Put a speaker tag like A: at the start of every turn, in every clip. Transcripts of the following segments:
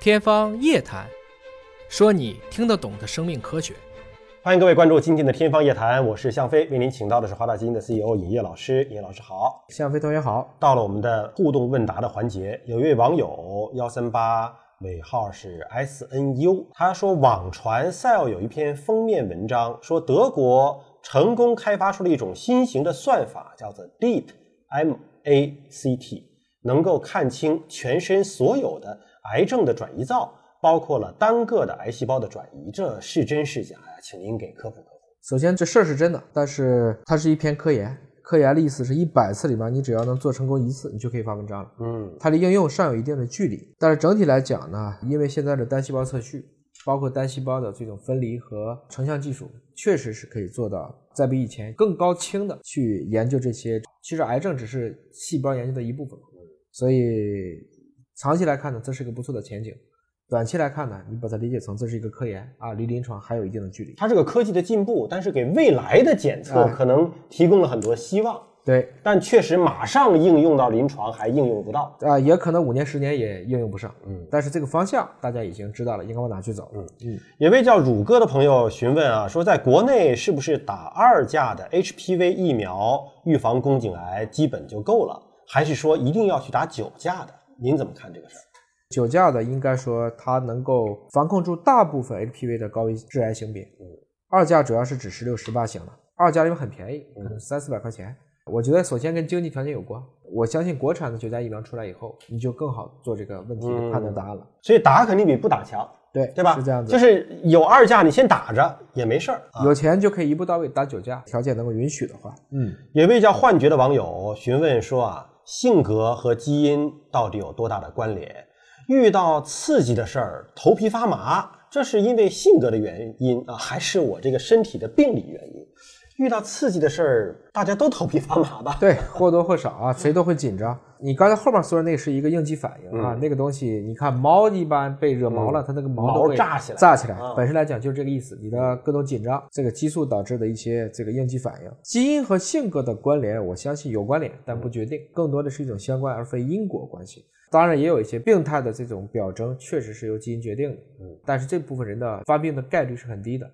A: 天方夜谭，说你听得懂的生命科学。
B: 欢迎各位关注今天的天方夜谭，我是向飞，为您请到的是华大基因的 CEO 尹烨老师。尹烨老师好，
C: 向飞同学好，
B: 到了我们的互动问答的环节，有一位网友幺三八尾号是 S N U，他说网传 Cell 有一篇封面文章说德国成功开发出了一种新型的算法，叫做 Deep M A C T，能够看清全身所有的癌症的转移灶，包括了单个的癌细胞的转移，这是真是假呀？请您给科普科普。
C: 首先这事儿是真的，但是它是一篇科研，科研的意思是一百次里面你只要能做成功一次，你就可以发文章了。
B: 嗯
C: 它离应用尚有一定的距离，但是整体来讲呢，因为现在的单细胞测序，包括单细胞的这种分离和成像技术，确实是可以做到在比以前更高清的去研究这些。其实癌症只是细胞研究的一部分，所以长期来看呢，这是一个不错的前景。短期来看呢，你把它理解成这是一个科研啊，离临床还有一定的距离。
B: 它这个科技的进步，但是给未来的检测
C: 哎
B: 可能提供了很多希望，
C: 对，
B: 但确实马上应用到临床还应用不到。
C: 啊、也可能五年十年也应用不上，
B: 嗯，
C: 但是这个方向大家已经知道了，应该往哪去走。嗯嗯，
B: 有位叫乳哥的朋友询问啊，说在国内是不是打二价的 HPV 疫苗预防宫颈癌基本就够了，还是说一定要去打九价的？您怎么看这个事儿？
C: 酒驾的应该说它能够防控住大部分 HPV 的高危致癌型别。嗯，二价主要是指十六、十八型的，二价因为很便宜，可能三四百块钱。我觉得首先跟经济条件有关，我相信国产的酒驾疫苗出来以后，你就更好做这个问题的判断答案了。
B: 所以打肯定比不打强，
C: 对，
B: 对吧？
C: 是这样子。
B: 就是有二价你先打着也没事儿啊。
C: 有钱就可以一步到位打酒驾，条件能够允许的话，嗯，
B: 有一位叫幻觉的网友询问说啊，性格和基因到底有多大的关联？遇到刺激的事儿头皮发麻，这是因为性格的原因啊，还是我这个身体的病理原因？遇到刺激的事儿，大家都头皮发麻吧？
C: 对，或多或少啊，谁都会紧张。你刚才后面说的那个是一个应激反应啊，
B: 嗯
C: 那个东西，你看猫一般被惹毛了，它那个毛都
B: 毛
C: 会
B: 炸起来
C: 炸起来
B: 啊。
C: 本身来讲就是这个意思，你的各种紧张，这个激素导致的一些这个应激反应，基因和性格的关联，我相信有关联，但
B: 嗯
C: 不决定，更多的是一种相关而非因果关系。当然，也有一些病态的这种表征，确实是由基因决定的，
B: 嗯
C: 但是这部分人的发病的概率是很低的。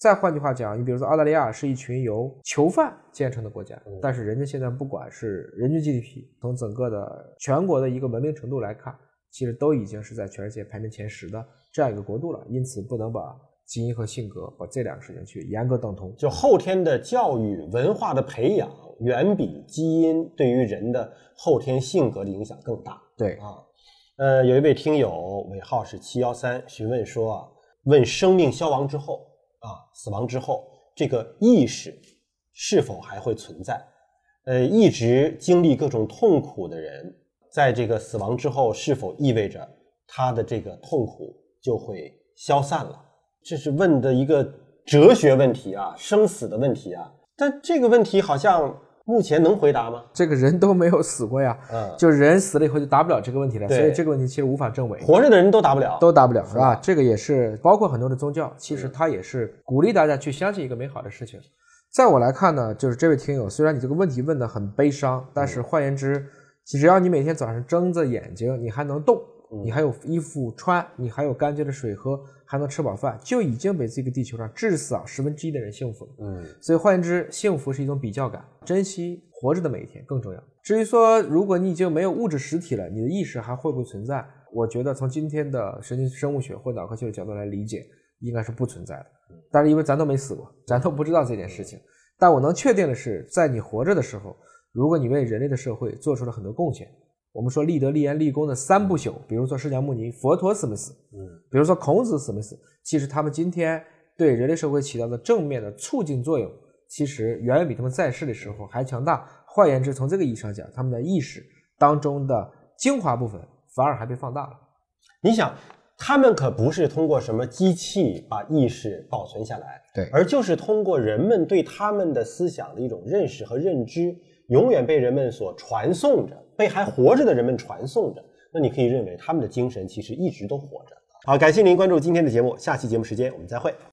C: 再换句话讲，你比如说澳大利亚是一群由囚犯建成的国家，
B: 嗯
C: 但是人家现在不管是人均 GDP，从整个的全国的一个文明程度来看，其实都已经是在全世界排名前十的这样一个国度了。因此，不能把基因和性格把这两个事情去严格等同。
B: 就后天的教育、文化的培养，远比基因对于人的后天性格的影响更大。
C: 对，
B: 啊。呃，有一位听友尾号是七幺三询问说啊，问生命消亡之后啊，死亡之后，这个意识是否还会存在？呃，一直经历各种痛苦的人，在这个死亡之后，是否意味着他的这个痛苦就会消散了？这是问的一个哲学问题啊，生死的问题啊。但这个问题好像目前能回答吗？
C: 这个人都没有死过呀，
B: 嗯，
C: 就是人死了以后就答不了这个问题了，
B: 对
C: 所以这个问题其实无法证伪。
B: 活着的人都答不了，
C: 都达不了，是吧？这个也是包括很多的宗教，其实它也是鼓励大家去相信一个美好的事情。在我来看呢，就是这位听友，虽然你这个问题问得很悲伤，但是换言之，只要你每天早上睁着眼睛，你还能动，你还有衣服穿，你还有干净的水喝，还能吃饱饭，就已经比这个地球上至少十分之一的人幸福了。
B: 嗯。
C: 所以换言之，幸福是一种比较感，珍惜活着的每一天更重要。至于说，如果你已经没有物质实体了，你的意识还会不会存在？我觉得从今天的神经生物学或脑科学的角度来理解，应该是不存在的。但是因为咱都没死过，咱都不知道这件事情。但我能确定的是，在你活着的时候，如果你为人类的社会做出了很多贡献，我们说立德、立言、立功的三不朽，比如说释迦牟尼、佛陀死没死？比如说孔子死没死，其实他们今天对人类社会起到的正面的促进作用，其实远远比他们在世的时候还强大。换言之，从这个意义上讲，他们的意识当中的精华部分反而还被放大了。
B: 你想，他们可不是通过什么机器把意识保存下来，
C: 对
B: 而就是通过人们对他们的思想的一种认识和认知，永远被人们所传颂着，被还活着的人们传颂着。那你可以认为他们的精神其实一直都活着。好，感谢您关注今天的节目，下期节目时间我们再会。